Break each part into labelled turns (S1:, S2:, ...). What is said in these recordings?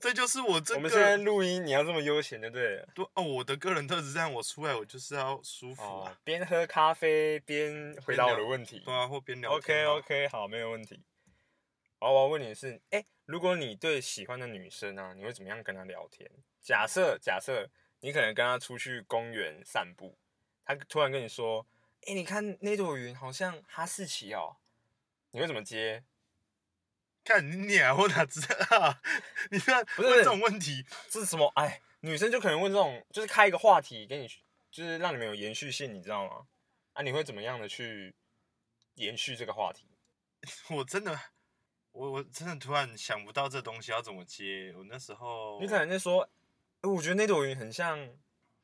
S1: 这就是我这
S2: 我
S1: 个
S2: 们现在录音，你要这么悠闲，对不对？
S1: 对哦，我的个人特质让我出来，我就是要舒服啊，
S2: 哦，边喝咖啡边回答我的问题。
S1: 对啊，或边聊
S2: OK
S1: 天啊
S2: OK，好，没有问题。好，我要问你的是，哎、如果你对喜欢的女生啊，你会怎么样跟她聊天？假设假设你可能跟她出去公园散步，她突然跟你说，哎、你看那朵云好像哈士奇哦，你会怎么接？
S1: 看你鸟，我哪知道啊？ 你看
S2: 不是
S1: 问这种问题，
S2: 这是什么？哎，女生就可能问这种，就是开一个话题给你，就是让你们有延续性，你知道吗？啊，你会怎么样的去延续这个话题？
S1: 我真的，我我真的突然想不到这东西要怎么接。我那时候
S2: 你可能就说，哎我觉得那朵云很像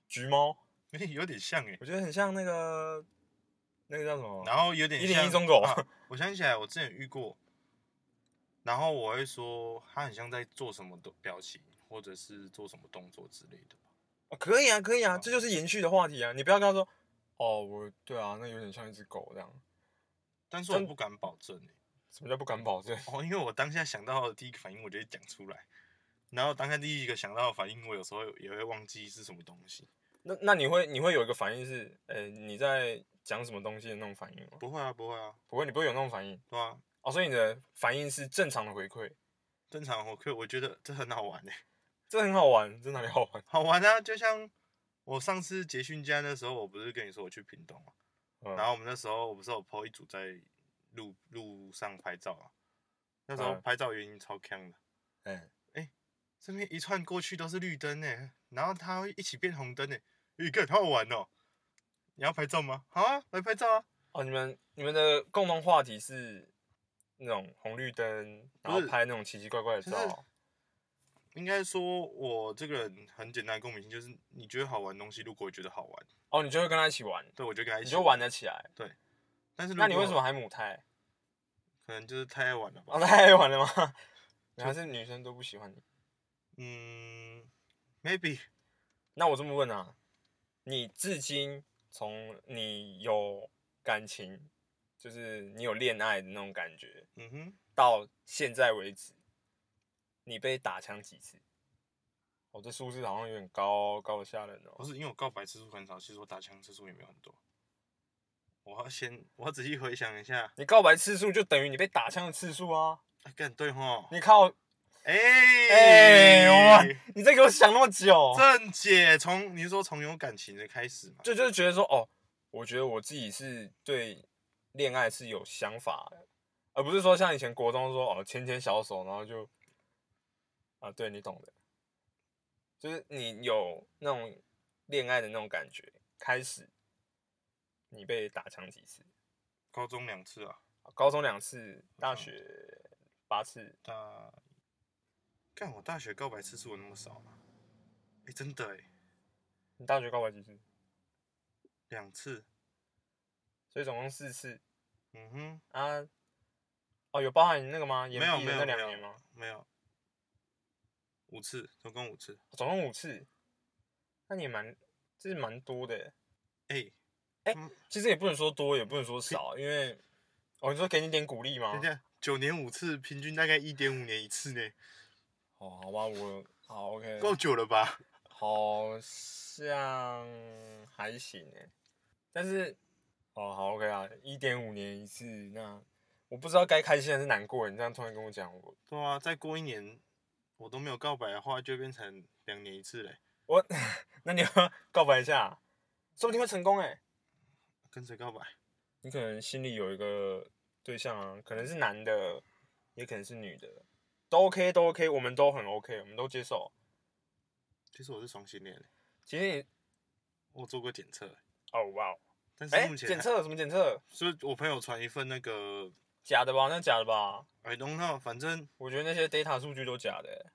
S2: 橘猫，
S1: 有点有点像哎、
S2: 我觉得很像那个那个叫什么？
S1: 然后有点
S2: 101
S1: 像
S2: 中狗
S1: 啊我想起来，我之前遇过，然后我会说他很像在做什么的表情，或者是做什么动作之类的。
S2: 哦可以啊，可以啊，
S1: 哦
S2: 这就是延续的话题啊！你不要跟他说，哦，我对啊，那有点像一只狗这样。
S1: 但是我
S2: 真
S1: 不敢保证、欸、
S2: 什么叫不敢保证？
S1: 哦，因为我当下想到的第一个反应，我就会讲出来。然后当下第一个想到的反应，我有时候也会忘记是什么东西。
S2: 那那你会你会有一个反应是，呃、你在讲什么东西的那种反应吗？
S1: 不会啊，不会啊，
S2: 不会，你不会有那种反应
S1: 对啊，
S2: 哦，所以你的反应是正常的回馈，
S1: 正常啊我可以我觉得这很好玩诶、
S2: 这很好玩，真的很好玩。
S1: 好玩啊！就像我上次捷训家那时候，我不是跟你说我去屏东嘛，
S2: 嗯、
S1: 然后我们那时候我不是有 PO 一组在路路上拍照啊，那时候
S2: 嗯
S1: 拍照原因超强的，
S2: 嗯，
S1: 这边一串过去都是绿灯诶、欸然后它会一起变红灯诶、一个好好玩哦、你要拍照吗？好啊，来拍照啊！
S2: 哦，你们你们的共同话题是那种红绿灯，然后
S1: 不是
S2: 拍那种奇奇怪怪的
S1: 就是
S2: 照。
S1: 应该说，我这个人很简单的共鸣性，就是你觉得好玩的东西，如果我觉得好玩，
S2: 哦，你就会跟他一起玩，
S1: 对我就跟他一
S2: 你
S1: 起
S2: 就玩。得起来。
S1: 但是如
S2: 那你为
S1: 果
S2: 什么还母胎？
S1: 可能就是太爱玩了吧？
S2: 哦，太爱玩了吗？ 你还是女生都不喜欢你？
S1: 嗯，maybe
S2: 那我这么问啊，你至今从你有感情，就是你有恋爱的那种感觉，
S1: 嗯哼，
S2: 到现在为止，你被打枪几次？哦，这数字好像有点高高的吓人
S1: 不
S2: 哦。
S1: 是因为我告白次数很少，其实我打枪次数也没有很多。我要先，我要仔细回想一下。
S2: 你告白次数就等于你被打枪的次数啊！
S1: 哎，干对吼，
S2: 你靠，
S1: 哎
S2: 哎、哇，你在给我想那么久，
S1: 郑姐从你是说从有感情的开始嘛？
S2: 就就是觉得说，哦，我觉得我自己是对恋爱是有想法的，而不是说像以前国中说哦牵牵小手，然后就啊，对你懂的，就是你有那种恋爱的那种感觉，开始你被打枪几次，
S1: 高中两次啊，
S2: 高中两次，大
S1: 想
S2: 学八次，
S1: 大，干我大学告白次数有那么少吗？哎，真的哎，
S2: 你大学告白几次？
S1: 两次。
S2: 所以总共四次
S1: 嗯哼，
S2: 啊。哦，有包含你那个吗？延
S1: 没有
S2: 毕
S1: 没
S2: 的
S1: 有
S2: 那
S1: 没
S2: 两年
S1: 有
S2: 吗？
S1: 没有，五次，总共五次。
S2: 哦总共五次，那你也蛮，这是蛮多的耶。
S1: 哎、
S2: 其实也不能说多，也不能说少，啊因为哦，你说给你点鼓励吗
S1: 等？一下，九年五次，平均大概一点五年一次呢，
S2: 哦，好吧，我好 OK，
S1: 够久了吧？
S2: 好像还行哎，但是哦，好 OK 啊，一点五年一次，那我不知道该开心还是难过耶。你这样突然跟我讲，我
S1: 对啊，再过一年我都没有告白的话，就变成两年一次嘞。
S2: 我， 那你要不要告白一下，啊说不定会成功哎。
S1: 跟谁告白？
S2: 你可能心里有一个对象啊，可能是男的，也可能是女的，都 OK，都 OK，我们都很 OK，我们都接受。
S1: 其实我是双性恋嘞，
S2: 其实你，
S1: 我做过检测嘞，
S2: 哦哇哦，
S1: 但是
S2: 哎，
S1: 目前
S2: 检，测什么检测？
S1: 是我朋友传一份那个
S2: 假的吧？那假的吧？
S1: I don't know，反正
S2: 我觉得那些 data 数据都假的欸、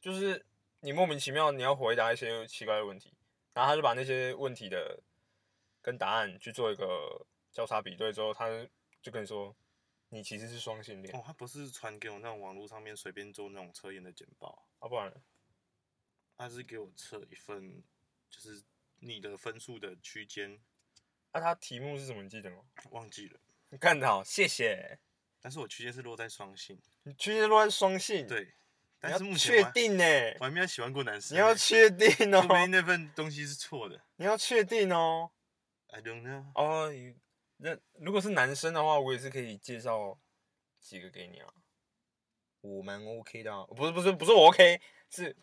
S2: 就是你莫名其妙你要回答一些奇怪的问题，然后他就把那些问题的跟答案去做一个交叉比对之后，他就跟你说，你其实是双性恋，
S1: 哦，他不是传给我那种网络上面随便做那种测验的简报，
S2: 要、啊不然
S1: 他是给我测一份，就是你的分数的区间，
S2: 那、啊他题目是什么？你记得吗？
S1: 忘记了，
S2: 你看的好，谢谢。
S1: 但是我区间是落在双性，
S2: 你去乱双性，，
S1: 对， 但是目
S2: 你要
S1: 前我
S2: 确
S1: 还
S2: 定呢、
S1: 我还没有喜欢过男生
S2: 你
S1: 呢、
S2: 要确定
S1: 说不定
S2: 哦，
S1: 那份东西是错的。
S2: 你要确定哦。
S1: I don't know。
S2: 哦，你那如果是男生的话，我也是可以介绍几个给你啊。我蛮 OK 的、啊，不是不是不是我 OK，是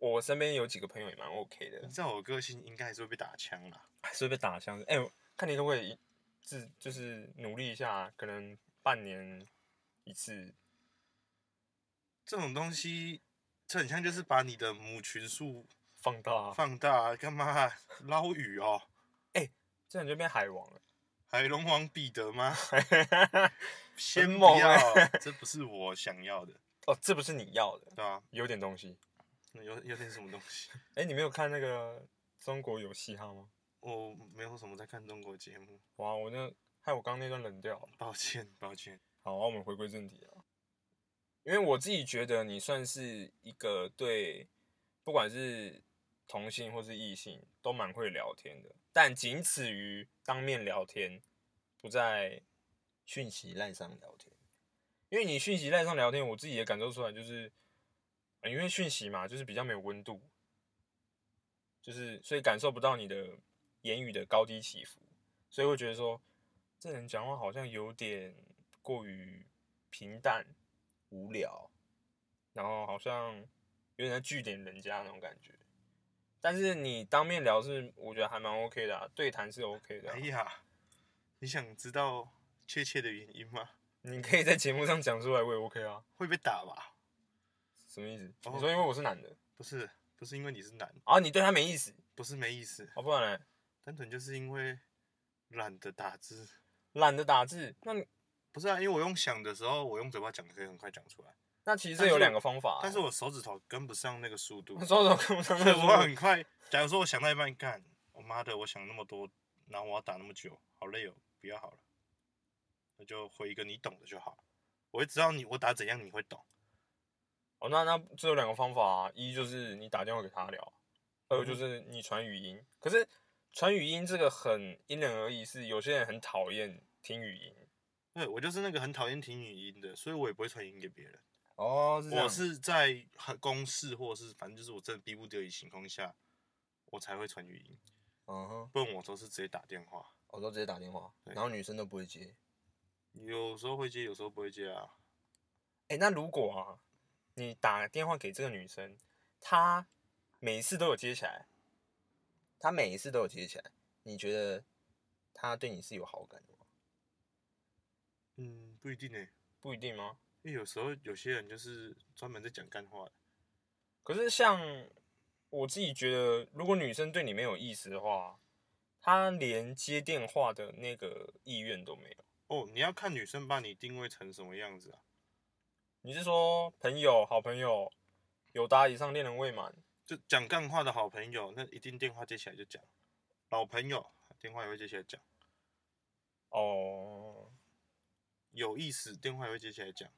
S2: 我身边有几个朋友也蛮 OK 的
S1: 你，知道我个性应该还是会被打枪啦。
S2: 是被打枪。哎、看你可不可以自就是努力一下，啊可能半年一次。
S1: 这种东西，这很像就是把你的母群数
S2: 放大、啊，
S1: 放大，干嘛啊捞鱼哦？
S2: 这样就变海王了。
S1: 海龙王彼得吗？先
S2: 很
S1: 不
S2: 猛
S1: 要
S2: 欸，
S1: 这不 是我想要的，
S2: 哦，这不是你要的，
S1: 对啊，
S2: 有点东西。
S1: 有有点什么东西，
S2: 哎、你没有看那个《中国有嘻哈》吗？
S1: 我没有什么在看中国节目，
S2: 哇，我那害我刚刚那段冷掉了。
S1: 抱歉抱歉。
S2: 好，那我们回归正题啊。因为我自己觉得你算是一个对，不管是同性或是异性，都蛮会聊天的，但仅此于当面聊天，不在讯息赖上聊天。因为你讯息赖上聊天，我自己也感受出来，就是、呃因为讯息嘛，就是比较没有温度，就是所以感受不到你的言语的高低起伏，所以会觉得说，这人讲话好像有点过于平淡、无聊，然后好像有点在据点人家那种感觉。但是你当面聊是，我觉得还蛮 OK 的、啊，对谈是 OK 的啊、
S1: 哎呀，你想知道确切的原因吗？
S2: 你可以在节目上讲出来，我也 OK 啊。
S1: 会被打吧？
S2: 什么意思？
S1: 哦
S2: 你说因为我是男的
S1: 不是，不是因为你是男，
S2: 啊，你对他没意思
S1: 不是没意思，
S2: 啊，不然嘞，
S1: 单纯就是因为懒得打字。
S2: 懒得打字，那你
S1: 不是啊，因为我用想的时候，我用嘴巴讲可以很快讲出来，
S2: 那其实
S1: 但
S2: 这
S1: 是
S2: 有两个方法啊、
S1: 但是 我手指头跟不上那个速度
S2: 我，说手跟不上
S1: 所以
S2: 那
S1: 我会
S2: 个
S1: 很快。假如说我想到一半，干，我妈的，我想那么多，然后我要打那么久，好累哦，不要好了，我就回一个你懂的就好了。我会知道你我打怎样你会懂，
S2: 哦，那那这有两个方法啊，一就是你打电话给他聊，二
S1: 嗯
S2: 就是你传语音。可是传语音这个很因人而异，是有些人很讨厌听语音。
S1: 对我就是那个很讨厌听语音的，所以我也不会传语音给别人。
S2: 哦，是
S1: 我是在很公事或者是反正就是我真的逼不得已情况下，我才会传语音，
S2: 嗯哼，
S1: 不然我都是直接打电话。
S2: 我都直接打电话，
S1: 对
S2: 然后女生都不会接。
S1: 有时候会接，有时候不会接啊。
S2: 哎、那如果啊，你打电话给这个女生，她每一次都有接起来，她每一次都有接起来，你觉得她对你是有好感的吗？
S1: 嗯，不一定呢、
S2: 不一定吗？
S1: 因为有时候有些人就是专门在讲干话的，
S2: 可是像我自己觉得，如果女生对你没有意思的话，她连接电话的那个意愿都没有。
S1: 哦，你要看女生把你定位成什么样子啊？
S2: 你是说朋友、好朋友有达以上恋人未满？
S1: 就讲干话的好朋友，那一定电话接起来就讲；老朋友电话也会接起来讲，
S2: 哦，
S1: 有意思电话也会接起来讲。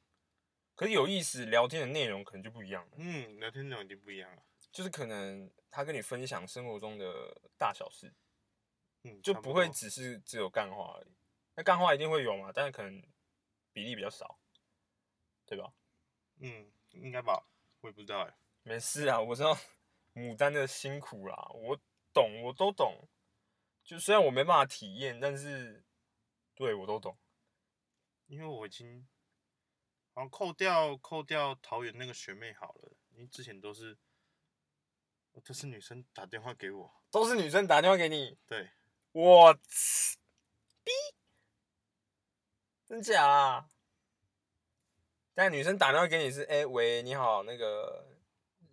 S2: 可是有意思，聊天的内容可能就不一样了，
S1: 嗯，聊天内容一定不一样啊了。
S2: 就是可能她跟你分享生活中的大小事，
S1: 嗯，
S2: 就
S1: 差
S2: 不会
S1: 多
S2: 只是只有干话而已。那干话一定会有嘛，但是可能比例比较少，对吧？
S1: 嗯，应该吧，我也不知道哎、
S2: 没事啊，我知道牡丹的辛苦啦，我懂，我都懂。就虽然我没办法体验，但是对我都懂。
S1: 因为我已经，然后扣掉扣掉桃园那个学妹好了，因为之前都是哦都是女生打电话给我，
S2: 都是女生打电话给你，
S1: 对，
S2: 我操，逼，真假啊？但女生打电话给你是，哎、喂，你好，那个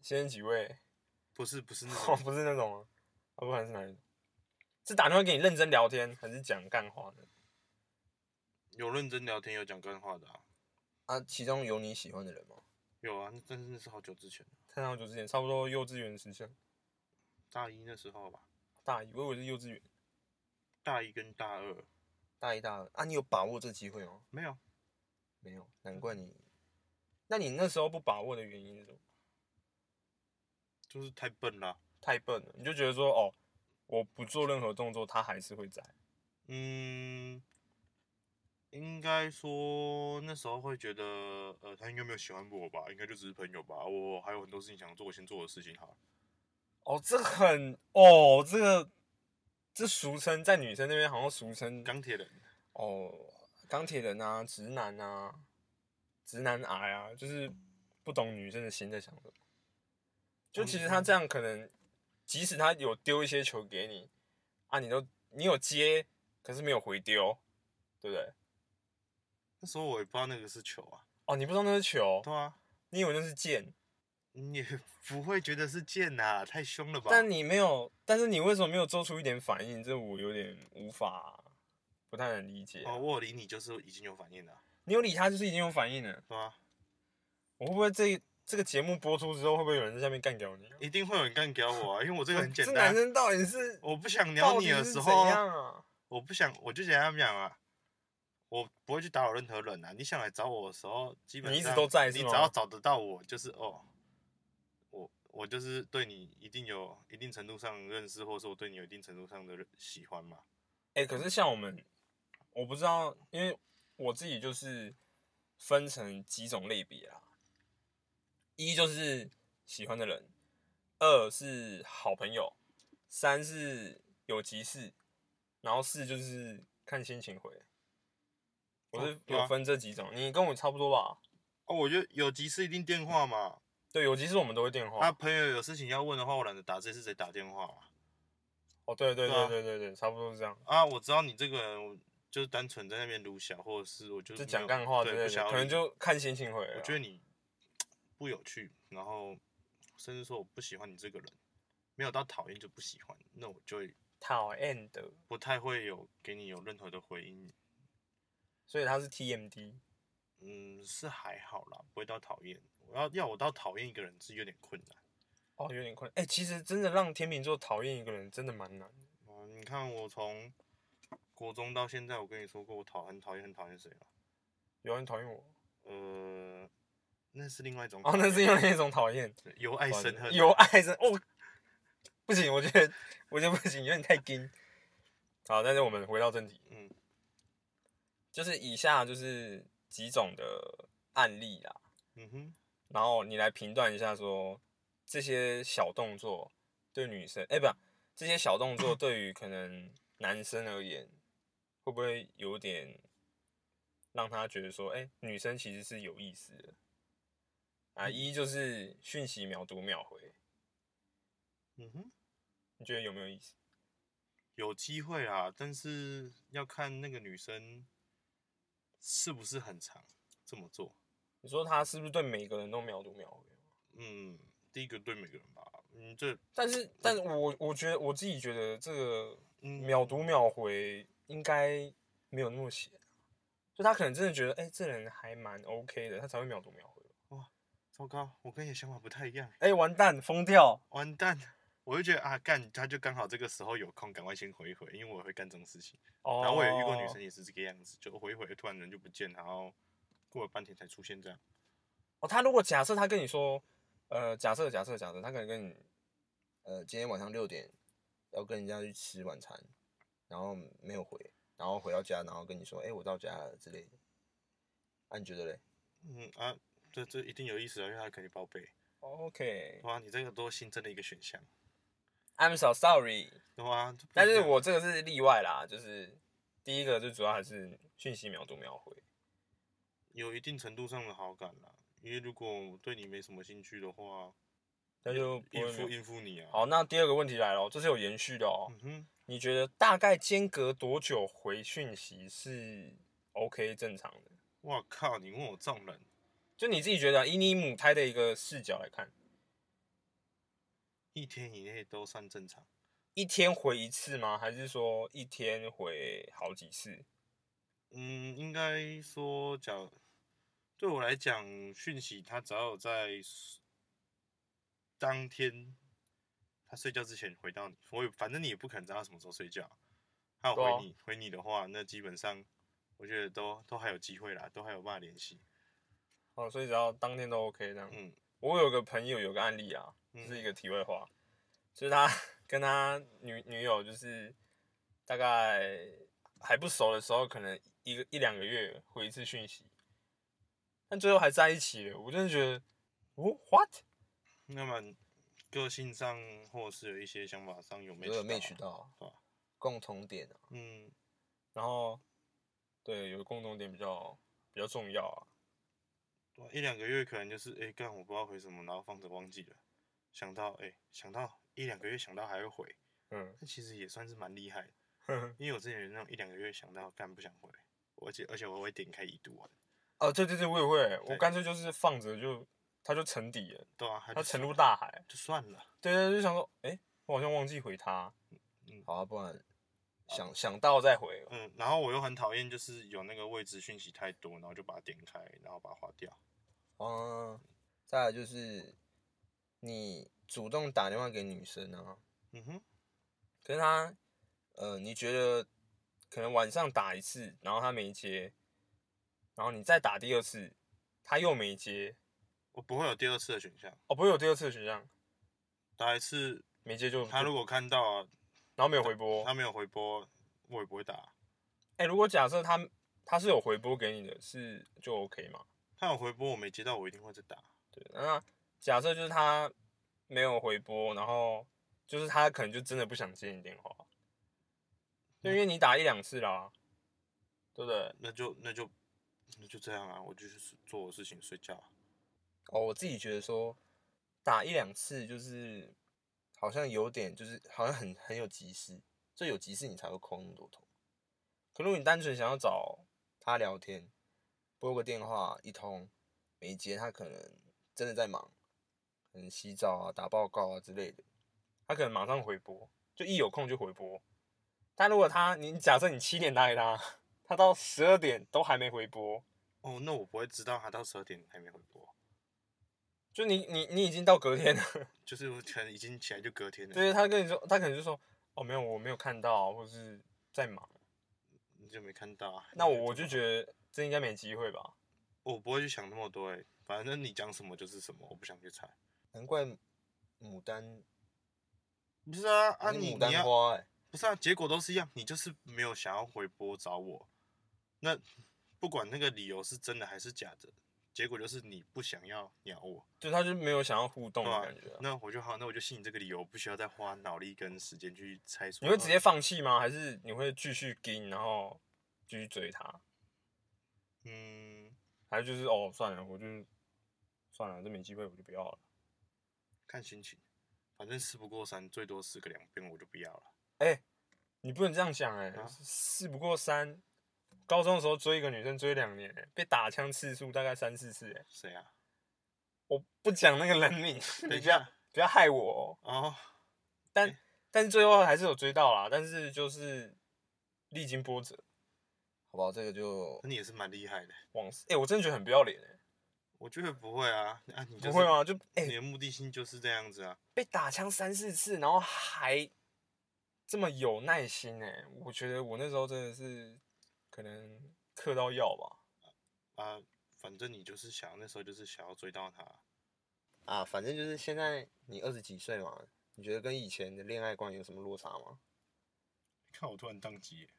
S2: 先生几位？
S1: 不是不是那
S2: 哦，
S1: 种，
S2: 不是那种啊，啊不管是哪一种，是打电话给你认真聊天，还是讲干话呢？
S1: 有认真聊天有讲干话的啊，
S2: 啊，其中有你喜欢的人吗？
S1: 有啊，但是那是好久之前了，
S2: 太好久之前，差不多幼稚园时期，
S1: 大一那时候吧，
S2: 大一，我以为是幼稚园，
S1: 大一跟大二
S2: 大一大二啊，你有把握这机会吗？
S1: 没有，
S2: 没有，难怪你。那你那时候不把握的原因是什么？
S1: 就是太笨了，
S2: 太笨了，你就觉得说哦，我不做任何动作，他还是会在。
S1: 嗯，应该说那时候会觉得，呃，他应该没有喜欢我吧，应该就只是朋友吧。我还有很多事情想做，我先做我的事情好了。
S2: 哦，这个很哦，这个这俗称在女生那边好像俗称
S1: 钢铁人，
S2: 哦，钢铁人啊，直男啊，直男癌啊，就是不懂女生的心在想什么。就其实他这样可能，即使他有丢一些球给你，啊，你都你有接，可是没有回丢，对不对？
S1: 那时候我也不知道那个是球啊。
S2: 哦，你不知道那是球，
S1: 对啊，
S2: 你以为那是箭，
S1: 你也不会觉得是贱呐、太凶了吧？
S2: 但你没有，但是你为什么没有做出一点反应？这我有点无法，不太能理解。
S1: 哦，我有理你就是已经有反应了，
S2: 你有理他，就是已经有反应了。
S1: 对吧？
S2: 我会不会这这个节目播出之后，会不会有人在下面干掉你啊？
S1: 一定会有人干掉我啊，因为我这
S2: 这
S1: 个很简
S2: 男
S1: 单。
S2: 生到底是
S1: 我不想
S2: 到
S1: 鸟
S2: 底
S1: 你的
S2: 是
S1: 时
S2: 怎
S1: 候，
S2: 样啊？
S1: 我不想，我就简单讲啊，我不会去打扰任何人啊。你想来找我的时候，基本上
S2: 你一直都在
S1: 你
S2: 是
S1: 只
S2: 吗
S1: 要找得到我，就是哦，我我就是对你一定有一定程度上的认识，或是我对你有一定程度上的认喜欢嘛。
S2: 哎、可是像我们，我不知道，因为我自己就是分成几种类别啦。一就是喜欢的人，二是好朋友，三是有急事，然后四就是看心情回。我
S1: 哦
S2: 是
S1: 对啊
S2: 有分这几种，你跟我差不多吧？
S1: 哦，我就有急事一定电话嘛。
S2: 对，有急事我们都会电话。
S1: 啊，朋友有事情要问的话，我懒得打这是谁打电话啊嘛。
S2: 哦，对对
S1: 对啊
S2: 对对对对，差不多是这样。
S1: 啊，我知道你这个人，我就是单纯在那边撸小，或者是我就是
S2: 就
S1: 没
S2: 讲
S1: 有
S2: 干话之
S1: 对，
S2: 类
S1: 不想
S2: 的，
S1: 要
S2: 可能
S1: 理
S2: 就看心情回了。
S1: 我觉得你不有趣，然后甚至说我不喜欢你这个人，没有到讨厌就不喜欢，那我就会
S2: 讨厌的，
S1: 不太会有给你有任何的回应。
S2: 所以他是 TMD。
S1: 嗯，是还好啦，不会到讨厌。我要要我到讨厌一个人是有点困难。
S2: 哦，有点困难。哎、其实真的让天秤座讨厌一个人真的蛮难的。
S1: 哦，你看我从国中到现在，我跟你说过我讨很讨厌很讨厌谁哦吗？
S2: 有人讨厌我，
S1: 呃，那是另外一种
S2: 哦，那是因为那种讨厌，
S1: 对由爱生恨。
S2: 有爱生哦，不行，我觉得我觉得不行，有点太硬。好，但是我们回到正题，
S1: 嗯，
S2: 就是以下就是几种的案例啦，
S1: 嗯哼，
S2: 然后你来评断一下说这些小动作对女生，哎、不，这些小动作对于可能男生而言，会不会有点让他觉得说，哎、女生其实是有意思的啊？一就是讯息秒读秒回，
S1: 嗯哼。
S2: 你觉得有没有意思？
S1: 有机会啦，但是要看那个女生是不是很常这么做。
S2: 你说他是不是对每个人都秒读秒回？
S1: 嗯，第一个对每个人吧，嗯，这
S2: 但是，但是我我觉得我自己觉得这个
S1: 嗯
S2: 秒读秒回应该没有那么写，就他可能真的觉得，哎、这人还蛮 OK 的，他才会秒读秒回。
S1: 糟糕，我跟你的想法不太一样，
S2: 哎、完蛋，疯掉！
S1: 完蛋，我就觉得啊，干他就刚好这个时候有空，赶快先回一回，因为我也会干这种事情。
S2: 哦，
S1: 然后我也遇过女生，也是这个样子，就回一回，突然人就不见，然后过了半天才出现这样。
S2: 哦，他如果假设他跟你说，呃，假设假设假设，他可能跟你，呃，今天晚上六点要跟人家去吃晚餐，然后没有回，然后回到家，然后跟你说，哎、我到家了之类的，啊，你觉得嘞
S1: 嗯啊，这这一定有意思啊，因为他肯定报备。哦
S2: ？OK，I'm、
S1: 哇，你这个多新增了一个选项，
S2: so sorry。
S1: 哇！这不一
S2: 但是
S1: 样
S2: 我这个是例外啦，就是第一个就主要还是讯息秒读秒回。
S1: 有一定程度上的好感啦，因为如果我对你没什么兴趣的话，
S2: 那就不
S1: 应
S2: 会
S1: 付
S2: 没有
S1: 应付你啊。
S2: 好，那第二个问题来了哦，这是有延续的哦。
S1: 嗯哼，
S2: 你觉得大概间隔多久回讯息是 OK 正常的？
S1: 哇靠！你问我这种人，
S2: 就你自己觉得啊，以你母胎的一个视角来看，
S1: 一天以内都算正常。
S2: 一天回一次吗？还是说一天回好几次？
S1: 嗯，应该说讲，对我来讲，讯息他只要有在 s- 当天他睡觉之前回到你，我也反正你也不可能知道他什么时候睡觉。他有
S2: 对啊
S1: 回你、回你的话，那基本上我觉得都都还有机会啦，都还有办法联系。
S2: 哦，所以只要当天都 OK 这样。
S1: 嗯
S2: 我有个朋友有个案例啊，
S1: 嗯
S2: 是一个题外话，就是他 跟他女女友就是大概还不熟的时候，可能一个一两个月回一次讯息，但最后还在一起了，我真的觉得，哦，what？
S1: 那么个性上或者是有一些想法上有没啊
S2: 有
S1: 没
S2: 没取到啊
S1: 对吧
S2: 共同点啊，
S1: 嗯，
S2: 哦然后对有共同点比较比较重要啊，
S1: 对啊一两个月可能就是哎干、我不知道回什么，然后放着忘记了，想到哎、想到一两个月想到还会回，
S2: 嗯，
S1: 那其实也算是蛮厉害的，因为我之前有那种一两个月想到干不想回，而且而且我会点开已读完，
S2: 哦，对对对，我也会，我
S1: 对
S2: 干脆就是放着就它就沉底了，
S1: 对啊，它就
S2: 它沉
S1: 算
S2: 入大海，
S1: 就算了。
S2: 对对，对就想说，哎、我好像忘记回他，
S1: 嗯
S2: 好啊，不然想想到再回，
S1: 嗯，然后我又很讨厌，就是有那个未知讯息太多，然后就把它点开，然后把它划掉。
S2: 嗯，再来就是你主动打电话给女生啊，
S1: 嗯哼，
S2: 可是她，呃，你觉得可能晚上打一次，然后她没接，然后你再打第二次，她又没接，
S1: 我不会有第二次的选项，
S2: 哦，不会有第二次的选项，
S1: 打一次，
S2: 没接就
S1: 他如
S2: 果
S1: 果看到啊，
S2: 然后嗯没有回拨，
S1: 他没有回拨，我也不会打。
S2: 哎、如果假设她她是有回拨给你的，是就 OK 嘛？
S1: 他有回拨我没接到，我一定会再打。
S2: 对，那假设就是她没有回拨，然后就是她可能就真的不想接你电话，就因为你打一两次啦，对不对？
S1: 那就那就那就这样啊，我就去做我的事情，睡觉啊、
S2: 哦，我自己觉得说打一两次就是好像有点就是好像很很有急事，就有急事你才会空那么多通。可如果你单纯想要找他聊天，拨个电话一通没接，他可能真的在忙，可能洗澡啊、打报告啊之类的，他可能马上回拨，就一有空就回拨。但如果他你假设你七点打给他， 他到十二点都还没回拨，
S1: 哦，那我不会知道他到十二点还没回拨，
S2: 就你你你已经到隔天了。
S1: 就是我可能已经起来就隔天了，
S2: 对他跟你说，他可能就说哦没有，我没有看到，或者是在忙。
S1: 你就没看到啊。
S2: 那
S1: 你
S2: 我我
S1: 知道
S2: 就觉得这应该没机会吧。
S1: 我不会去想那么多、欸，反正你讲什么就是什么，我不想去猜。
S2: 难怪牡丹，
S1: 不是啊，啊
S2: 是
S1: 你
S2: 牡
S1: 你
S2: 丹
S1: 要
S2: 花哎、
S1: 不是啊，结果都是一样，你就是没有想要回拨找我。那不管那个理由是真的还是假的，结果就是你不想要鸟我，
S2: 就他就没有想要互动
S1: 对
S2: 的
S1: 吧、
S2: 感觉啊、
S1: 那我就好，那我就信你这个理由，不需要再花脑力跟时间去猜出。
S2: 你会直接放弃吗？还是你会继续跟，然后继续追他？
S1: 嗯，
S2: 还是就是哦算了，我就算了，这没机会我就不要了。
S1: 看心情，反正事不过三，最多试个两遍我就不要了。
S2: 哎、你不能这样想哎、
S1: 啊
S2: 事不过三。高中的时候追一个女生追两年、哎被打枪次数大概三四次、哎，
S1: 谁啊？
S2: 我不讲那个人名，
S1: 等一
S2: 不要
S1: 下
S2: 不要害我、哦。
S1: 哦，
S2: 但是最后还是有追到啦，但是就是历经波折，好不好？这个就
S1: 那你也是蛮厉害的。
S2: 往事。哎、我真的觉得很不要脸、欸，
S1: 我觉得不会啊，啊你、就是、
S2: 不会？吗？就哎、
S1: 你的目的性就是这样子啊。
S2: 被打枪三四次，然后还这么有耐心、欸，哎，我觉得我那时候真的是可能嗑到药吧。
S1: 啊，反正你就是想那时候就是想要追到他，
S2: 啊，反正就是现在你二十几岁嘛，你觉得跟以前的恋爱观有什么落差吗？
S1: 看我突然宕机耶，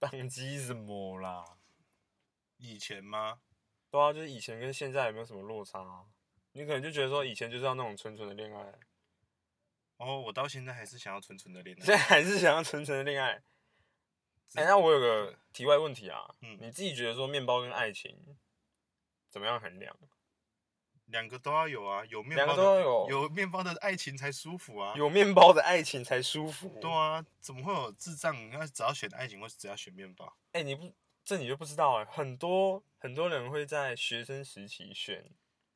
S2: 宕机什么啦？
S1: 以前吗？
S2: 对啊，就是以前跟现在有没有什么落差、啊？你可能就觉得说以前就是要那种纯纯的恋爱。
S1: 哦，我到现在还是想要纯纯的恋
S2: 你现
S1: 爱。
S2: 在还是想要纯纯的恋爱。 哎、那我有个题外问题啊，
S1: 嗯
S2: 你自己觉得说面包跟爱情怎么样衡量？
S1: 两个都要有啊，有面
S2: 两
S1: 包
S2: 个
S1: 的
S2: 都要有
S1: 有面包的爱情才舒服啊。
S2: 有面包的爱情才舒服。
S1: 对啊，怎么会有智障？那只要选爱情，或是只要选面包？
S2: 哎、你不这你就不知道哎、很多很多人会在学生时期选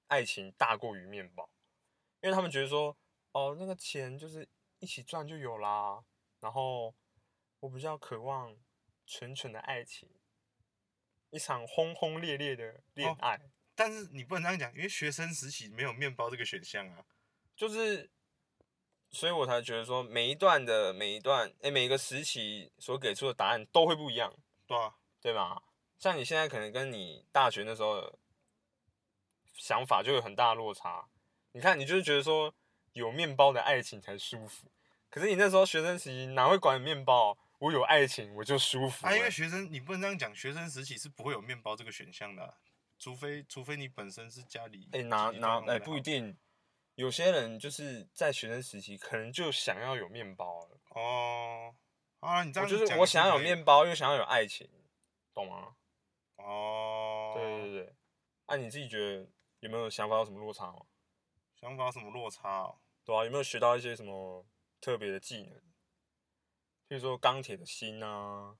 S2: 爱情大过于面包，因为他们觉得说，哦，那个钱就是一起赚就有啦，然后我比较渴望纯纯的爱情，一场轰轰烈烈的恋
S1: 哦
S2: 爱，
S1: 但是你不能这样讲，因为学生时期没有面包这个选项啊。
S2: 就是，所以我才觉得说，每一段的每一段，哎、每一个时期所给出的答案都会不一样。
S1: 对啊，
S2: 对吧？像你现在可能跟你大学那时候的想法就有很大的落差。你看，你就是觉得说有面包的爱情才舒服，可是你那时候学生时期哪会管面包？我有爱情我就舒服
S1: 啊，
S2: 了。
S1: 因为学生你不能这样讲，学生时期是不会有面包这个选项的啊、除非除非你本身是家里
S2: 哎、拿
S1: 经济
S2: 拿
S1: 状况
S2: 哎、
S1: 比较
S2: 不一定，有些人就是在学生时期可能就想要有面包了，
S1: 好哦。啊，你这
S2: 我
S1: 样
S2: 就是
S1: 讲
S2: 我想要有
S1: 可以
S2: 面包又想要有爱情，懂吗？
S1: 哦，
S2: 对对对，啊，你自己觉得有没有想法有什么落差吗？
S1: 想法有什么落差哦？
S2: 对啊，有没有学到一些什么特别的技能？譬如说钢铁的心啊，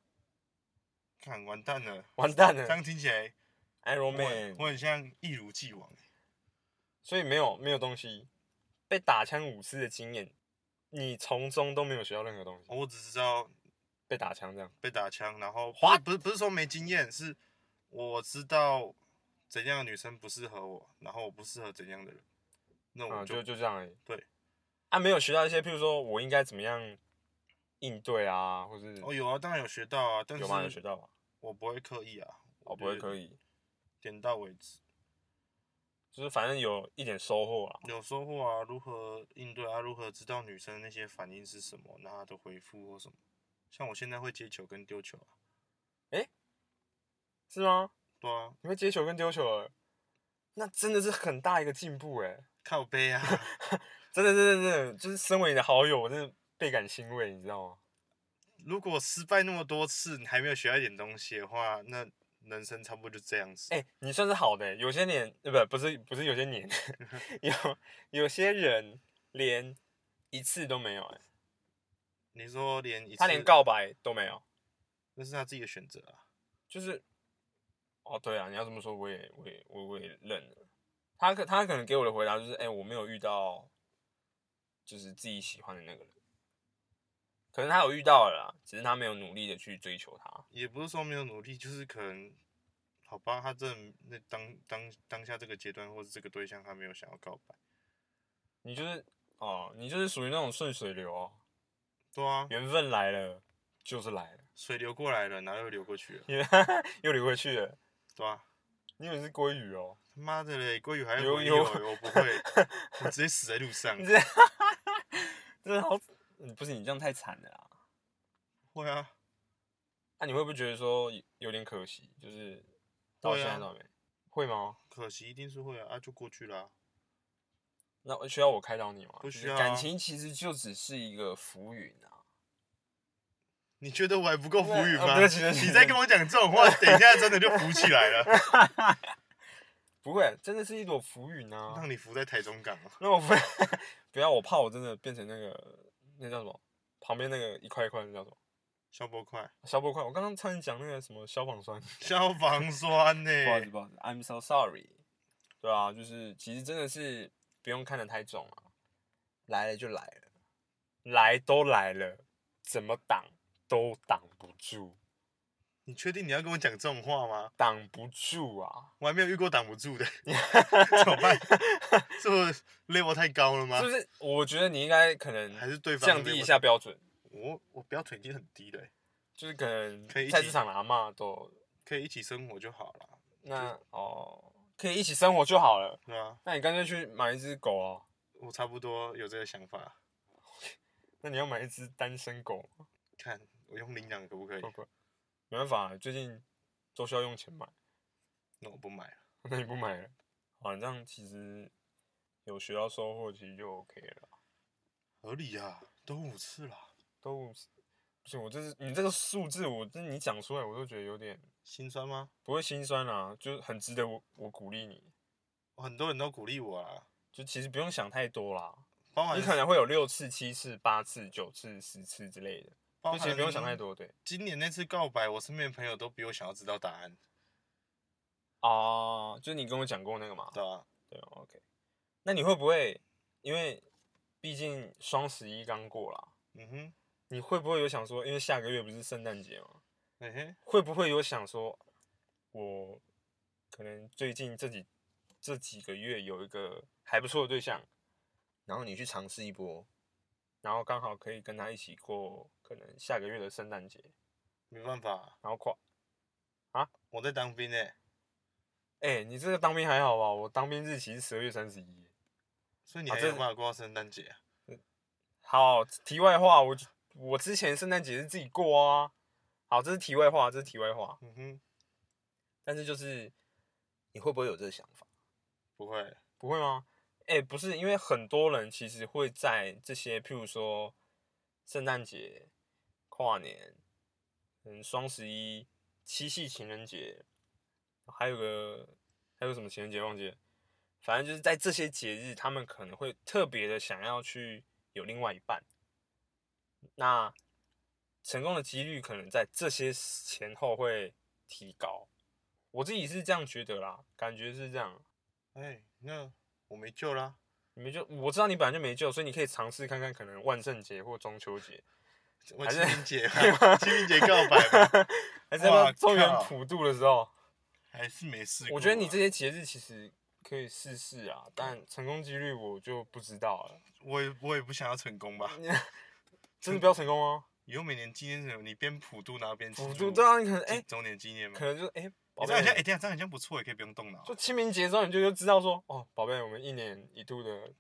S1: 看完蛋了，
S2: 完蛋
S1: 这
S2: 了
S1: 样听起来
S2: ，Iron
S1: 我很
S2: Man，
S1: 我很像一如既往。欸
S2: 所以没有没有东西，被打枪五次的经验，你从中都没有学到任何东西，
S1: 我只知道
S2: 被打枪这样。
S1: 被打枪，然后
S2: What？
S1: 不是不是不是说没经验，是我知道怎样的女生不适合我，然后我不适合怎样的人，那
S2: 啊、
S1: 我就、
S2: 就就这样而已。
S1: 对，
S2: 啊，没有学到一些，譬如说我应该怎么样应对啊，或是
S1: 哦有啊，当然有学到啊，但
S2: 有吗？有学
S1: 是
S2: 到吧？
S1: 我不会刻意啊，
S2: 哦，不会可，以，
S1: 点到为止。
S2: 就是反正有一点收获啊。
S1: 有收获啊，如何应对啊，如何知道女生那些反应是什么，那她的回复或什么，像我现在会接球跟丢球啊，
S2: 是吗？
S1: 对啊，
S2: 你会接球跟丢球了，那真的是很大一个进步哎、
S1: 靠背 啊，
S2: 真的真的真的，就是身为你的好友，我真的倍感欣慰，你知道吗？
S1: 如果失败那么多次，你还没有学到一点东西的话，那人生差不多就这样子。
S2: 哎、你算是好的欸、有些年呃不不是不是有些 年，有有些人连一次都没有哎、
S1: 你说连一次，
S2: 他连告白都没有。
S1: 那是他自己的选择啊。
S2: 就是，哦，对啊，你要这么说，我也，我也，我我也认了。他可他可能给我的回答就是，哎、我没有遇到，就是自己喜欢的那个人。可能他有遇到了啦，只是他没有努力的去追求他。
S1: 也不是说没有努力，就是可能，好吧，他真的那当当当下这个阶段或者这个对象，他没有想要告白。
S2: 你就是哦，你就是属于那种顺水流哦，
S1: 对啊，
S2: 缘分来了就是来了，
S1: 水流过来了，然后又流过去 了，
S2: 因为又流回去了。
S1: 对啊。
S2: 你以为是鲑鱼哦？
S1: 他妈的嘞，鲑鱼还有
S2: 游游
S1: 游，我不 会，我直接死在路上
S2: 你。这真的好，嗯不是你这样太惨了啦。
S1: 会啊，
S2: 那、你会不会觉得说有有点可惜？就是到
S1: 会
S2: 现在
S1: 啊
S2: 都还没、会吗？
S1: 可惜一定是会啊，啊就过去了啊、
S2: 那需要我开导你吗？
S1: 不
S2: 就是
S1: 需要
S2: 感
S1: 啊
S2: 情其实就只是一个浮云啊。
S1: 你觉得我还不够浮云
S2: 对啊
S1: 吗？
S2: 对不起对不起
S1: 你在跟我讲这种 话，等一下真的就浮起来了，
S2: 不会，真的是一朵浮云 啊。
S1: 让你浮在台中港啊。
S2: 那我不 不要，我怕我真的变成那个那叫什么？旁边那个一块一块那叫什么？
S1: 消波块，
S2: 消波块。我刚刚差点讲那个什么消防栓。
S1: 消防栓呢、
S2: 不好意思，不好意思，I'm so sorry。对啊，就是其实真的是不用看得太重啊，来了就来了，来都来了，怎么挡都挡不住，
S1: 你确定你要跟我讲这种话吗？
S2: 挡不住啊！
S1: 我还没有遇过挡不住 的，怎么办？是我 level 太高了吗
S2: 是？不是？我觉得你应该可能
S1: 还是对方
S2: 降低一下？标准，
S1: 我我标准已经很低了欸、
S2: 就是可能
S1: 可以一
S2: 菜
S1: 起
S2: 市场的阿嬷都
S1: 可以一起生活就好了，
S2: 那哦，可以一起生活就好了。
S1: 对啊，
S2: 那你干脆去买一只狗啊？
S1: 我差不多有这个想法。
S2: 那你要买一只单身狗吗？
S1: 看我用领养可不可以
S2: 会？不会？没办法，啊最近都需要用钱买。
S1: 那我不买了。
S2: 那你不买了？啊，这样其实有学到收获，其实就 OK 了。
S1: 合理啊，都五次了，
S2: 都不是不行，我这是你这个数字，我这你讲出来，我都觉得有点
S1: 心酸吗？
S2: 不会心酸啊，就是很值得我我鼓励你。
S1: 很多人都鼓励我啊，
S2: 就其实不用想太多啦，
S1: 包含
S2: 你可能会有六次、七次、八次、九次、十次之类的，
S1: 包
S2: 就
S1: 含
S2: 其实不用想太。多，对。
S1: 今年那次告白，我身边的朋友都比我想要知道答案，
S2: 哦，就是你跟我讲过那个嘛，
S1: 对啊，
S2: 对，OK。那你会不会，因为毕竟双十一刚过啦，
S1: 嗯哼，
S2: 你会不会有想说，因为下个月不是圣诞节吗？
S1: 嘿嘿，
S2: 会不会有想说，我可能最近这几这几个月有一个还不错的对象，然后你去尝试一波，然后刚好可以跟他一起过可能下个月的圣诞节，
S1: 没办法，
S2: 然后跨，
S1: 我在当兵诶、
S2: 哎、你这个当兵还好吧？我当兵日期是十二月三十一。
S1: 所以你
S2: 啊
S1: 还
S2: 这
S1: 有办法过到圣诞节啊？
S2: 好，题外话，我我之前圣诞节是自己过啊。好，这是题外话，这是题外话。
S1: 嗯哼，
S2: 但是就是你会不会有这个想法？
S1: 不会，
S2: 不会吗？哎、不是，因为很多人其实会在这些，譬如说圣诞节、跨年、嗯，双十一、七夕情人节，还有个还有什么情人节忘记了，反正就是在这些节日，他们可能会特别的想要去有另外一半。那成功的几率可能在这些前后会提高，我自己是这样觉得啦，感觉是这样。
S1: 哎，那我没救啦。
S2: 你们就我知道你本来就没救，所以你可以尝试看看，可能万圣节或中秋节，
S1: 我
S2: 还
S1: 清
S2: 是
S1: 明 节吧，清明节告白吧，
S2: 还是要不要
S1: 哇
S2: 中原
S1: 靠
S2: 普渡的时候，
S1: 还是没试过啊。
S2: 我觉得你这些节日其实可以试试啊，但成功几率我就不知道了。
S1: 我也我也不想要成功吧？
S2: 真的不要成功哦，
S1: 以后每年纪念日，你边普渡然后边庆
S2: 普
S1: 祝
S2: 渡对啊，你可能哎、
S1: 纪周年纪念嘛
S2: 可。能就哎，宝
S1: 你这样好像哎，
S2: 贝，
S1: 这样这样好像不错，也可以不用动脑啊。
S2: 就清明节之后你就就知道说，哦，宝贝，我们一年一度的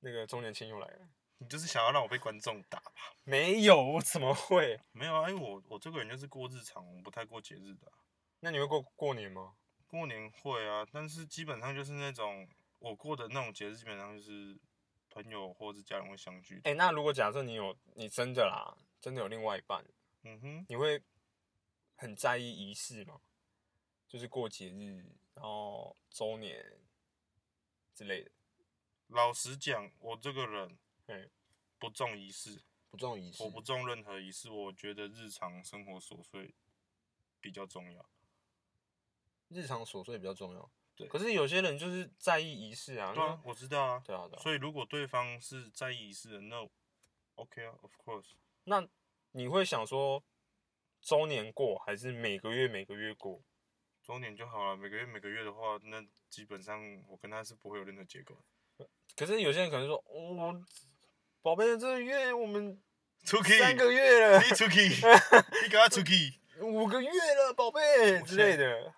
S2: 那个周年庆又来了。
S1: 你就是想要让我被观众打吧？
S2: 没有，我怎么会？
S1: 没有啊，因为我我这个人就是过日常，我不太过节日的啊、
S2: 那你会过过年吗？
S1: 过年会啊，但是基本上就是那种我过的那种节日，基本上就是朋友或是家人会相聚。
S2: 哎、那如果假设你有你真的啦，真的有另外一半，
S1: 嗯哼，
S2: 你会很在意仪式吗？就是过节日，然后周年之类的，
S1: 老实讲，我这个人
S2: 对，
S1: 不重仪式，
S2: 不重仪式
S1: 我。不重任何仪式，我觉得日常生活琐碎比较重要。
S2: 日常琐碎比较重要。
S1: 对
S2: 可是有些人就是在意仪式啊。
S1: 对啊，我知道啊
S2: 那。对啊，对啊。
S1: 所以如果对方是在意仪式的，那 OK 啊，of course。
S2: 那你会想说，周年过还是每个月每个月过？
S1: 周年就好了，每个月每个月的话，那基本上我跟他是不会有任何结果的。
S2: 可是有些人可能说，哦我宝贝，这个月我们
S1: 出去，
S2: 三个月了
S1: 你，出去，你给他出去。
S2: 五个月了，宝贝
S1: 我
S2: 之
S1: 现
S2: 类的。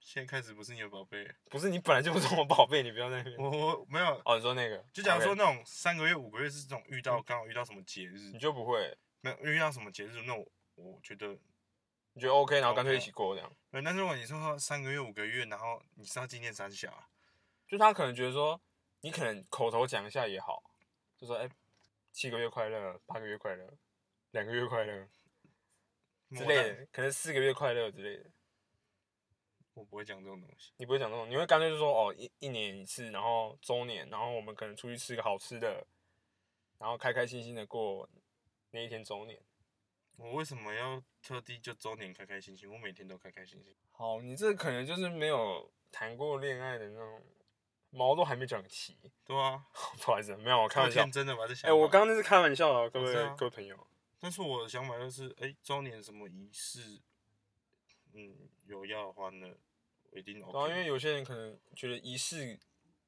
S1: 现在开始不是你的宝贝了，
S2: 不是你本来就不是我宝贝，你不要在那边。
S1: 我我没有，
S2: 哦，你说那个，
S1: 就假如说
S2: OK，
S1: 那种三个月、五个月是这种遇到
S2: 嗯
S1: 刚好遇到什么节日
S2: 你，就不会，
S1: 没有遇到什么节日，那我我觉得，
S2: 你觉得 OK，然后干脆一
S1: OK
S2: 起过这样。
S1: 对，但是如果你说三个月、五个月，然后你是要纪念三小啊，
S2: 就他可能觉得说，你可能口头讲一下也好，就说哎、七个月快乐，八个月快乐，两个月快乐之
S1: 我
S2: 类
S1: 懒
S2: 的，可能四个月快乐之类的。
S1: 我不会讲这种东西。
S2: 你不会讲这种，你会干脆就说哦，一一年一次，然后周年，然后我们可能出去吃个好吃的，然后开开心心的过那一天周年。
S1: 我为什么要特地就周年开开心心？我每天都开开心心。
S2: 好，你这可能就是没有谈过恋爱的那种，毛都还没长齐。
S1: 对啊，
S2: 不好意思，没有，我开
S1: 太
S2: 玩笑
S1: 天。真的吧？这想法。
S2: 哎、我刚，刚那是开玩笑的哦，各
S1: 我
S2: 位
S1: 知道
S2: 各位朋友。
S1: 但是我的想法就是，哎、周年什么仪式，嗯，有要的话那我一定 OK。
S2: 然啊后因为有些人可能觉得仪式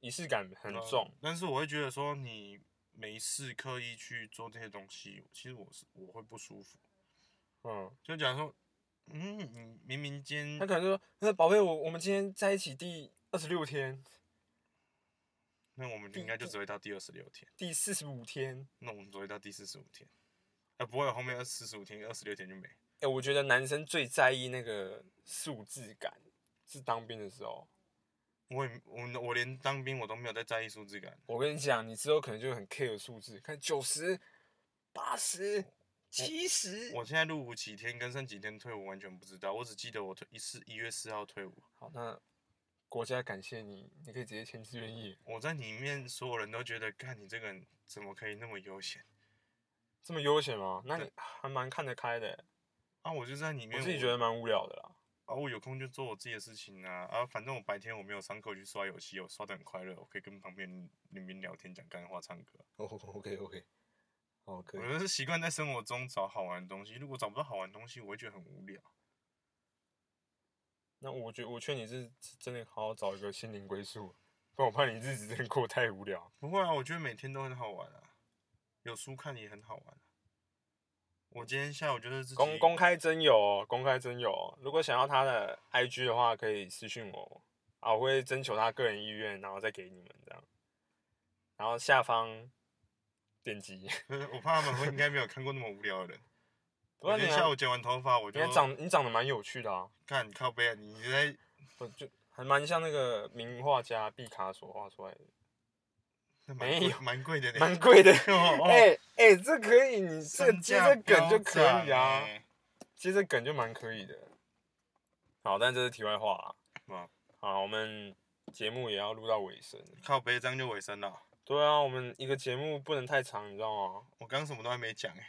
S2: 仪式感很
S1: 对啊
S2: 重，
S1: 但是我会觉得说你没事刻意去做这些东西，其实我是我会不舒服。
S2: 嗯，
S1: 就假如说，嗯，你明明今
S2: 他
S1: 天
S2: 可能就说：“那宝贝，我我们今天在一起第二十六天，
S1: 那我们就应该就只会到第二十六天，
S2: 第四十五天。
S1: 那我们只会到第四十五天，啊、不会，后面二四十五天、二十六天就没。
S2: 哎，我觉得男生最在意那个数字感是当兵的时候。
S1: 我也我我连当兵我都没有在在意数字感，
S2: 我跟你讲，你之后可能就很 care 数字，看九十、八十、七十。
S1: 我现在入伍几天跟剩几天退伍完全不知道，我只记得我退一四一月四号退伍，
S2: 好，那国家感谢你，你可以直接签志愿役，
S1: 我在里面所有人都觉得，看你这个人怎么可以那么悠闲
S2: 这么悠闲吗？那
S1: 对
S2: 你还蛮看得开的欸。
S1: 啊？我就在里面，
S2: 我自己觉得蛮无聊的啦。
S1: 啊，我有空就做我自己的事情啊，啊，反正我白天我没有上课我去刷游戏，我刷的很快乐，我可以跟旁边人民聊天、讲干话、唱歌。
S2: 哦，OK OK，哦可
S1: 我就是习惯在生活中找好玩的东西，如果找不到好玩的东西，我会觉得很无聊。
S2: 那我觉我劝你是真的好好找一个心灵归宿，不然我怕你日子真的过太无聊。
S1: 不会啊，我觉得每天都很好玩啊，有书看也很好玩、啊。我今天下午就是自己
S2: 公公开真有哦，公开真有哦。如果想要他的 IG 的话，可以私信我哦啊，我会征求他个人意愿，然后再给你们这样。然后下方点击。
S1: 我怕他们会应该没有看过那么无聊的人。
S2: 不
S1: 我
S2: 过
S1: 今
S2: 你
S1: 天
S2: 啊
S1: 下午剪完头发，我就
S2: 你长你长得蛮有趣的啊，
S1: 看靠背啊，你在
S2: 我就还蛮像那个名画家毕卡索画出来的，
S1: 那蛮
S2: 没
S1: 贵
S2: 有
S1: 蛮贵的呢，
S2: 蛮贵的。
S1: 哦哦
S2: 哎哎、这可以，你这
S1: 身
S2: 接
S1: 价
S2: 这梗就
S1: 飙
S2: 可以
S1: 涨
S2: 啊，
S1: 欸
S2: 接这梗就蛮可以的。好，但这是题外话啊。
S1: 哇，
S2: 好，我们节目也要录到尾声了。
S1: 靠背这样就尾声了。
S2: 对啊，我们一个节目不能太长，你知道吗？
S1: 我刚刚什么都还没讲哎、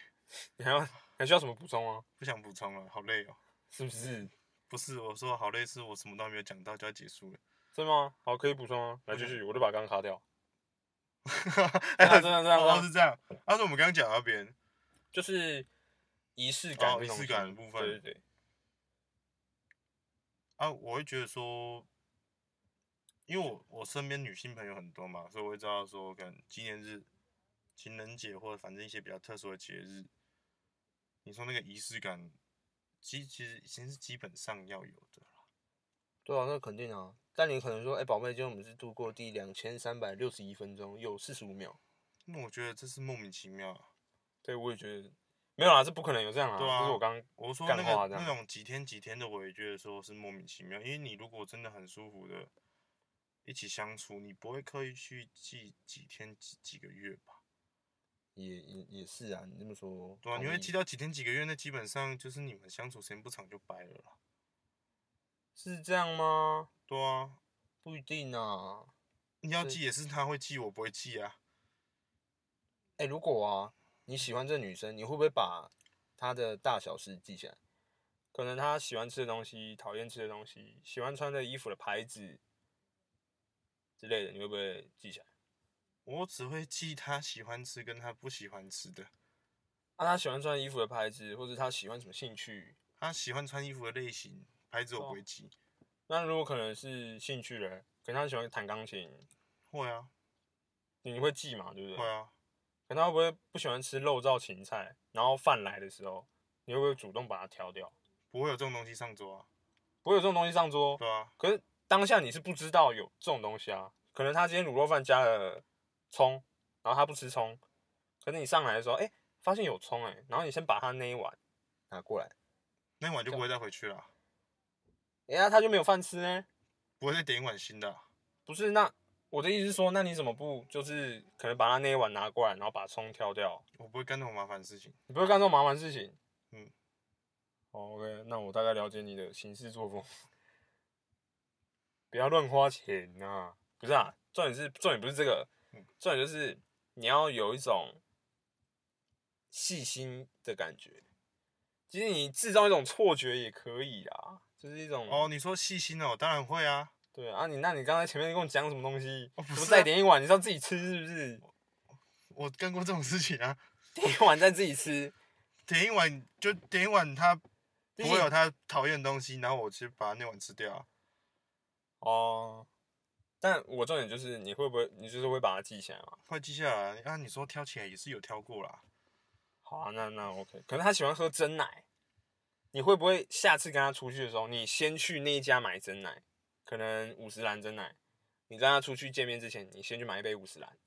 S2: 你还要还需要什么补充吗？
S1: 不想补充了，好累哦。
S2: 是不是？
S1: 不是我说好累，是我什么都还没有讲到就要结束了。
S2: 是吗？好，可以补充啊。来，继续，我就把刚刚卡掉。
S1: 哎
S2: 啊这样这样 这
S1: 哦
S2: 样
S1: 是这样。他说我们刚刚讲到别人，
S2: 就是仪式感
S1: 哦
S2: 这种
S1: 仪式
S2: 东西
S1: 感的部分
S2: 对对对，
S1: 啊，我会觉得说，因为我我身边女性朋友很多嘛，所以我会知道说，可能纪念日、情人节或者反正一些比较特殊的节日，你说那个仪式感，其其实其实是基本上要有的啦。
S2: 对啊，那肯定啊。但你可能说，哎、宝贝，今天我们是度过第两千三百六十一分钟，有四十五秒。
S1: 那我觉得这是莫名其妙啊。
S2: 对，我也觉得没有啦，这不可能有这样啊。
S1: 对啊
S2: 这是我刚
S1: 我说那
S2: 干话
S1: 个
S2: 这
S1: 那
S2: 样
S1: 种几天几天的，我也觉得说是莫名其妙，因为你如果真的很舒服的一起相处，你不会刻意去记几天几几个月吧？
S2: 也也也是啊，你这么说，
S1: 对啊，
S2: 同
S1: 你会
S2: 意
S1: 记到几天几个月，那基本上就是你们相处时间不长就掰了啦。
S2: 是这样吗？
S1: 对啊，
S2: 不一定啊。
S1: 你要
S2: 是
S1: 记也是他会记，我不会记啊。
S2: 哎、如果啊，你喜欢这女生，你会不会把她的大小事记起来？可能她喜欢吃的东西、讨厌吃的东西、喜欢穿的衣服的牌子之类的，你会不会记起来？
S1: 我只会记他喜欢吃跟他不喜欢吃的，
S2: 啊，她喜欢穿衣服的牌子，或者她喜欢什么兴趣？
S1: 他喜欢穿衣服的类型、牌子
S2: 哦
S1: 我不会记。
S2: 那如果可能是兴趣嘞，可能她喜欢弹钢琴，
S1: 会啊，
S2: 你会记嘛？对不对？
S1: 会啊，
S2: 可能她会不会不喜欢吃肉燥芹菜，然后饭来的时候，你会不会主动把它挑掉？
S1: 不会有这种东西上桌啊。
S2: 不会有这种东西上桌。
S1: 对啊，
S2: 可是当下你是不知道有这种东西啊，可能他今天卤肉饭加了葱，然后他不吃葱，可是你上来的时候，哎、发现有葱哎、然后你先把他那一碗拿过来，
S1: 那碗就不会再回去了啊，
S2: 哎、呀他就没有饭吃呢、
S1: 不会再点一碗新的啊。
S2: 不是，那我的意思是说，那你怎么不就是可能把他那一碗拿过来，然后把葱挑掉？
S1: 我不会干那种麻烦的事情。
S2: 你不会干这种麻烦事情？
S1: 嗯
S2: 哦，OK，那我大概了解你的行事作风。不要乱花钱呐、不是啊，重点是重点不是这个
S1: 嗯，
S2: 重点就是你要有一种细心的感觉。其实你制造一种错觉也可以啊，就是一种
S1: 哦，你说细心哦，当然会啊。
S2: 对啊，你那你刚才前面跟我讲什么东西？
S1: 哦不
S2: 什么
S1: 是
S2: 再
S1: 啊哦
S2: 点一碗，你知道自己吃是不是？
S1: 我干过这种事情啊，
S2: 点一碗再自己吃，
S1: 点一碗就点一碗，他不
S2: 毕竟
S1: 会有他讨厌的东西，然后我去把那碗吃掉啊。
S2: 哦，但我重点就是你会不会，你就是会把它记起来嘛？
S1: 快记下来啊！你说挑起来也是有挑过啦，
S2: 好啊，那那 OK。可能他喜欢喝真奶，你会不会下次跟他出去的时候，你先去那一家买真奶，可能五十兰真奶，你跟他出去见面之前，你先去买一杯五十兰，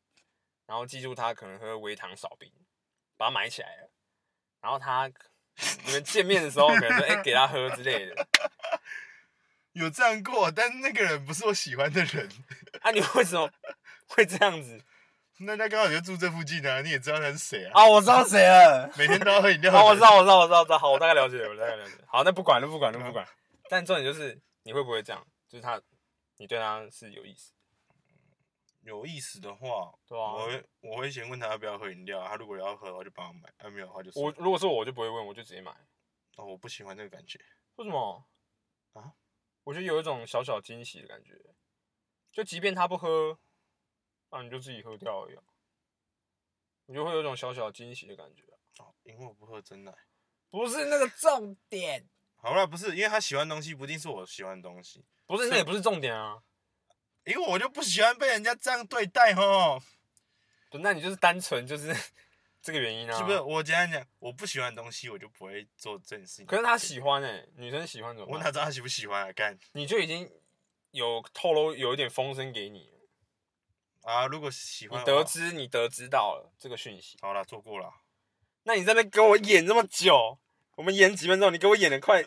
S2: 然后记住他可能喝微糖少冰，把它买起来了，然后他你们见面的时候可能说哎、给他喝之类的，
S1: 有这样过，但是那个人不是我喜欢的人，
S2: 啊，你为什么会这样子？
S1: 那他刚好就住这附近啊，你也知道他是谁啊，
S2: 啊，我知道谁了。
S1: 每天都要喝饮料的人。
S2: 哦，我知道，我知道，我知道，我知道。好，我大概了解了，我大概了解了。好，那不管，那不管，那不管。 但重点就是你会不会这样？就是他，你对他是有意思，
S1: 有意思的话，
S2: 对啊。
S1: 我会我会先问他要不要喝饮料啊，他如果要喝，我就帮他买；啊，没有的话就算
S2: 我
S1: 了
S2: 如果是我，就不会问，我就直接买。
S1: 哦，我不喜欢这个感觉。
S2: 为什么？
S1: 啊？
S2: 我觉得有一种小小惊喜的感觉，就即便他不喝，啊，你就自己喝掉而已啊、你就会有一种小小惊喜的感觉啊、
S1: 哦，因为我不喝真奶。
S2: 不是那个重点，
S1: 好啦，不是，因为他喜欢的东西不一定是我喜欢的东西，
S2: 不是那也不是重点啊。
S1: 因为我就不喜欢被人家这样对待
S2: 啊
S1: 吼。
S2: 不那你就是单纯就是 这个原因啊。
S1: 是不是？我简单讲，我不喜欢的东西，我就不会做这件事情。
S2: 可是他，喜欢哎、女生喜欢怎么
S1: 我
S2: 办？
S1: 哪知道他喜不喜欢啊？干，
S2: 你就已经有透露有一点风声给你了，
S1: 啊，如果喜
S2: 你
S1: 欢的话
S2: 得知你得知到了这个讯息，
S1: 好啦，做过啦，
S2: 那你在那边给我演这么久，我们演几分钟，你给我演了快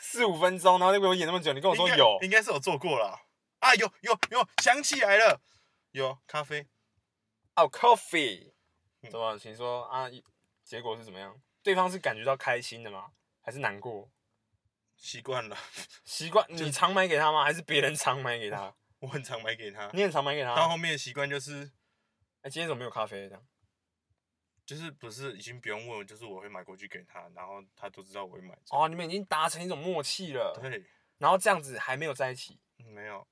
S2: 四五分钟，然后就给我演那么久，你跟我说
S1: 应该
S2: 有，
S1: 应该是有做过啦。啊，有有有，想起来了，有咖啡，
S2: 哦，coffee，
S1: 嗯
S2: 怎么？请说啊，结果是怎么样？对方是感觉到开心的吗？还是难过？
S1: 习惯了，
S2: 习惯你常买给他吗？还是别人常买 给他？
S1: 我很常买 给他。
S2: 你很常买给他？
S1: 到后面的习惯就是
S2: 哎、今天怎么没有咖啡？这样
S1: 就是不是已经不用问了，就是我会买过去给他，然后他都知道我会买。
S2: 哦，你们已经达成一种默契了，
S1: 对，
S2: 然后这样子还没有在一起
S1: 嗯没有，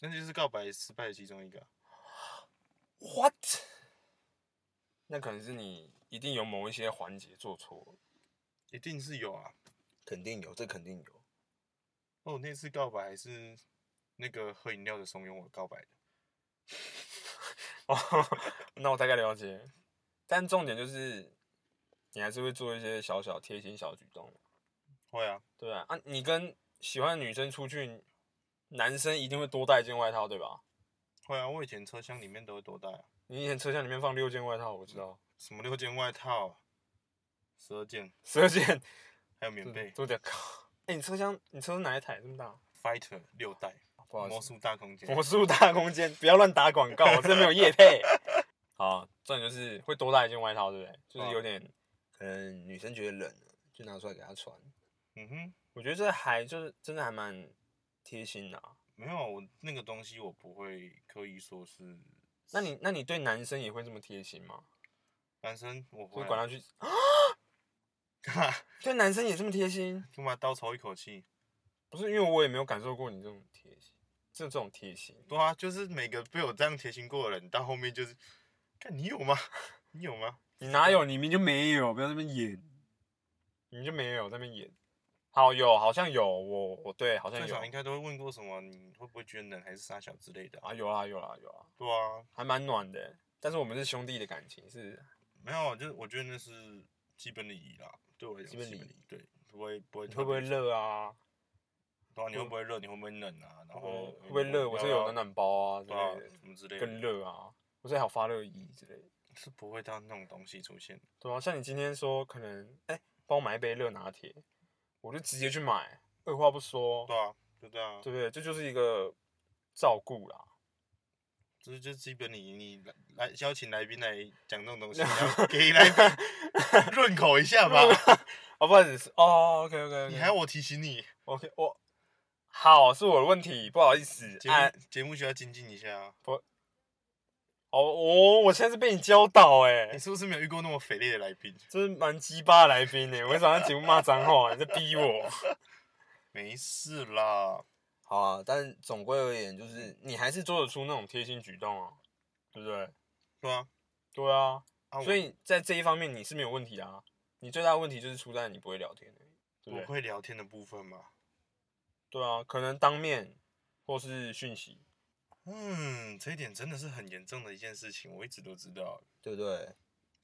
S1: 那就是告白失败的其中一个啊。
S2: ，what？那可能是你一定有某一些环节做错了，
S1: 一定是有啊。
S2: 肯定有，这肯定有。
S1: 那我那次告白还是那个喝饮料的怂恿我告白的。
S2: 哦， 那我大概了解，但重点就是你还是会做一些小小贴心小举动，
S1: 会啊，
S2: 对吧？啊，你跟喜欢的女生出去，男生一定会多带一件外套，对吧？
S1: 会啊，我以前车厢里面都会多带啊，
S2: 你以前车厢里面放六件外套，我知道，
S1: 什么六件外套、啊十二件，
S2: 十二件，
S1: 还有棉被
S2: 多点靠。 哎、你车厢，你车是哪一台这么大？
S1: ，Fighter 六代，
S2: 不好意
S1: 魔
S2: 思，
S1: 术大空间。
S2: 魔术大空间，不要乱打广告，我这没有业 配。好，重点就是会多带一件外套，对不对？就是有点，哦可能女生觉得冷了，就拿出来给她穿。
S1: 嗯哼，
S2: 我觉得这还就是真的还蛮贴心的啊、
S1: 没有，我那个东西我不会刻意说是
S2: 那你那你对男生也会这么贴心吗？
S1: 男生，我
S2: 就
S1: 会、
S2: 是管
S1: 啊。
S2: 他 去，
S1: 干嘛？
S2: 对男生也这么贴心？
S1: 干嘛倒抽一口气？
S2: 不是因为我也没有感受过你这种贴心，这这种贴心。
S1: 对啊，就是每个被我这样提醒过的人，到后面就是，看你有吗？ 你有吗？
S2: 你哪有？你明明就没有，不要在那边演，你就没有在那边演。好有，好像有，我我对，好像
S1: 最
S2: 有
S1: 少应该都会问过什么，你会不会觉得冷还是傻小之类的啊？
S2: 啊，有啦有啦有啦，
S1: 对啊，
S2: 还蛮暖的。但是我们是兄弟的感情是，
S1: 没有，啊就是我觉得那是基本礼仪啦，对我来讲
S2: 基
S1: 是
S2: 本
S1: 基
S2: 礼
S1: 本礼仪，对，不会不会
S2: 你
S1: 特
S2: 会不会
S1: 别
S2: 热啊？
S1: 对啊，你会不会热？你会不会冷啊？然
S2: 会
S1: 后有
S2: 不会会不会
S1: 没
S2: 热？我
S1: 要
S2: 这
S1: 不
S2: 有
S1: 要
S2: 暖暖包啊之
S1: 对啊
S2: 类，
S1: 什么之
S2: 的，
S1: 类
S2: 更
S1: 的，
S2: 热啊。我这还有发热衣之类的。
S1: 是不会到那种东西出现。
S2: 对啊，像你今天说可能，哎、帮我买一杯热拿铁，我就直接去买，二话不说，
S1: 对啊，就这样啊，
S2: 对不对？这就是一个照顾啦。
S1: 这就是基本礼仪。你来来邀请来宾来讲这种 东西，你要给来宾润口一下吧。
S2: 哦，不好意思，哦，OK OK，, o k
S1: 你还要我提醒你，
S2: OK，我好是我的问题，不好意思，
S1: 节目
S2: 哎，
S1: 节目需要精进一下啊。
S2: 哦哦，我现在是被你教导哎、
S1: 你是不是没有遇过那么肥烈的来宾？
S2: 真是蛮鸡巴的来宾哎、 我早上节目骂脏话，你在逼我。
S1: 没事啦，
S2: 好啊，但总归而言，就是你还是做得出那种贴心举动啊，对不对？
S1: 对啊，
S2: 对啊，
S1: 啊我
S2: 所以在这一方面你是没有问题的啊。你最大的问题就是出在你不会聊天而已，对
S1: 我
S2: 不对？
S1: 会聊天的部分嘛。
S2: 对啊，可能当面或是讯息，
S1: 嗯，这一点真的是很严重的一件事情，我一直都知道，
S2: 对不对？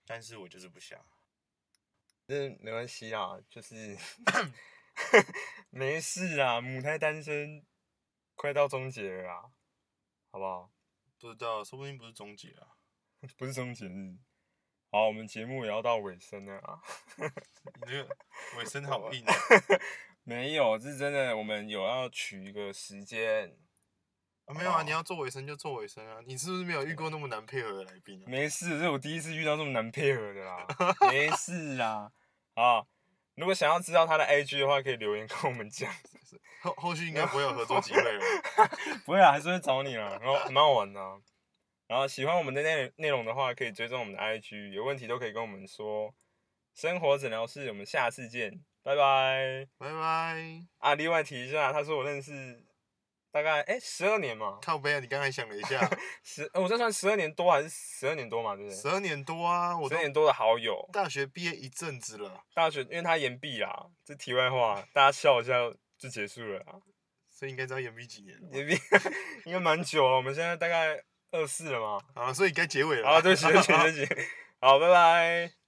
S1: 但是我就是不想。
S2: 那没关系啦，就是 没事啦，母胎单身快到终结了啦，好不好？
S1: 不知道，说不定不是终结啊。
S2: 不是终结日。好，我们节目也要到尾声了啊。
S1: 你这个尾声好硬啊、
S2: 没有，是真的，我们有要取一个时间，
S1: 啊！没有啊，
S2: 哦
S1: 你要做尾声就做尾声啊！你是不是没有遇过那么难配合的来宾啊？
S2: 没事，这是我第一次遇到这么难配合的啦。没事啦，啊，如果想要知道他的 IG 的话，可以留言跟我们讲。
S1: 后后续应该不会有合作机会了。
S2: 不会啊，还是会找你啦，然后蛮好玩的啊、然后喜欢我们的内内容的话，可以追踪我们的 IG，有问题都可以跟我们说。生活诊疗室，我们下次见，拜拜。
S1: 拜拜，
S2: 啊，另外提一下，他说我认识大概哎十二年嘛，
S1: 靠背啊！你刚才想了一下，
S2: 十、呃我这算十二年多还是十二年多嘛，对不对？
S1: 十二年多啊，我
S2: 十
S1: 都
S2: 二年多的好友，
S1: 大学毕业一阵子了，
S2: 大学，因为他延毕啦，这题外话，大家笑一下就结束了啦。
S1: 所以应该知道延毕几年了吧。
S2: 延毕 应该蛮久了，我们现在大概二四了嘛。
S1: 啊，所以该结尾了。
S2: 好，对不起，对不起，对不起。好，拜拜。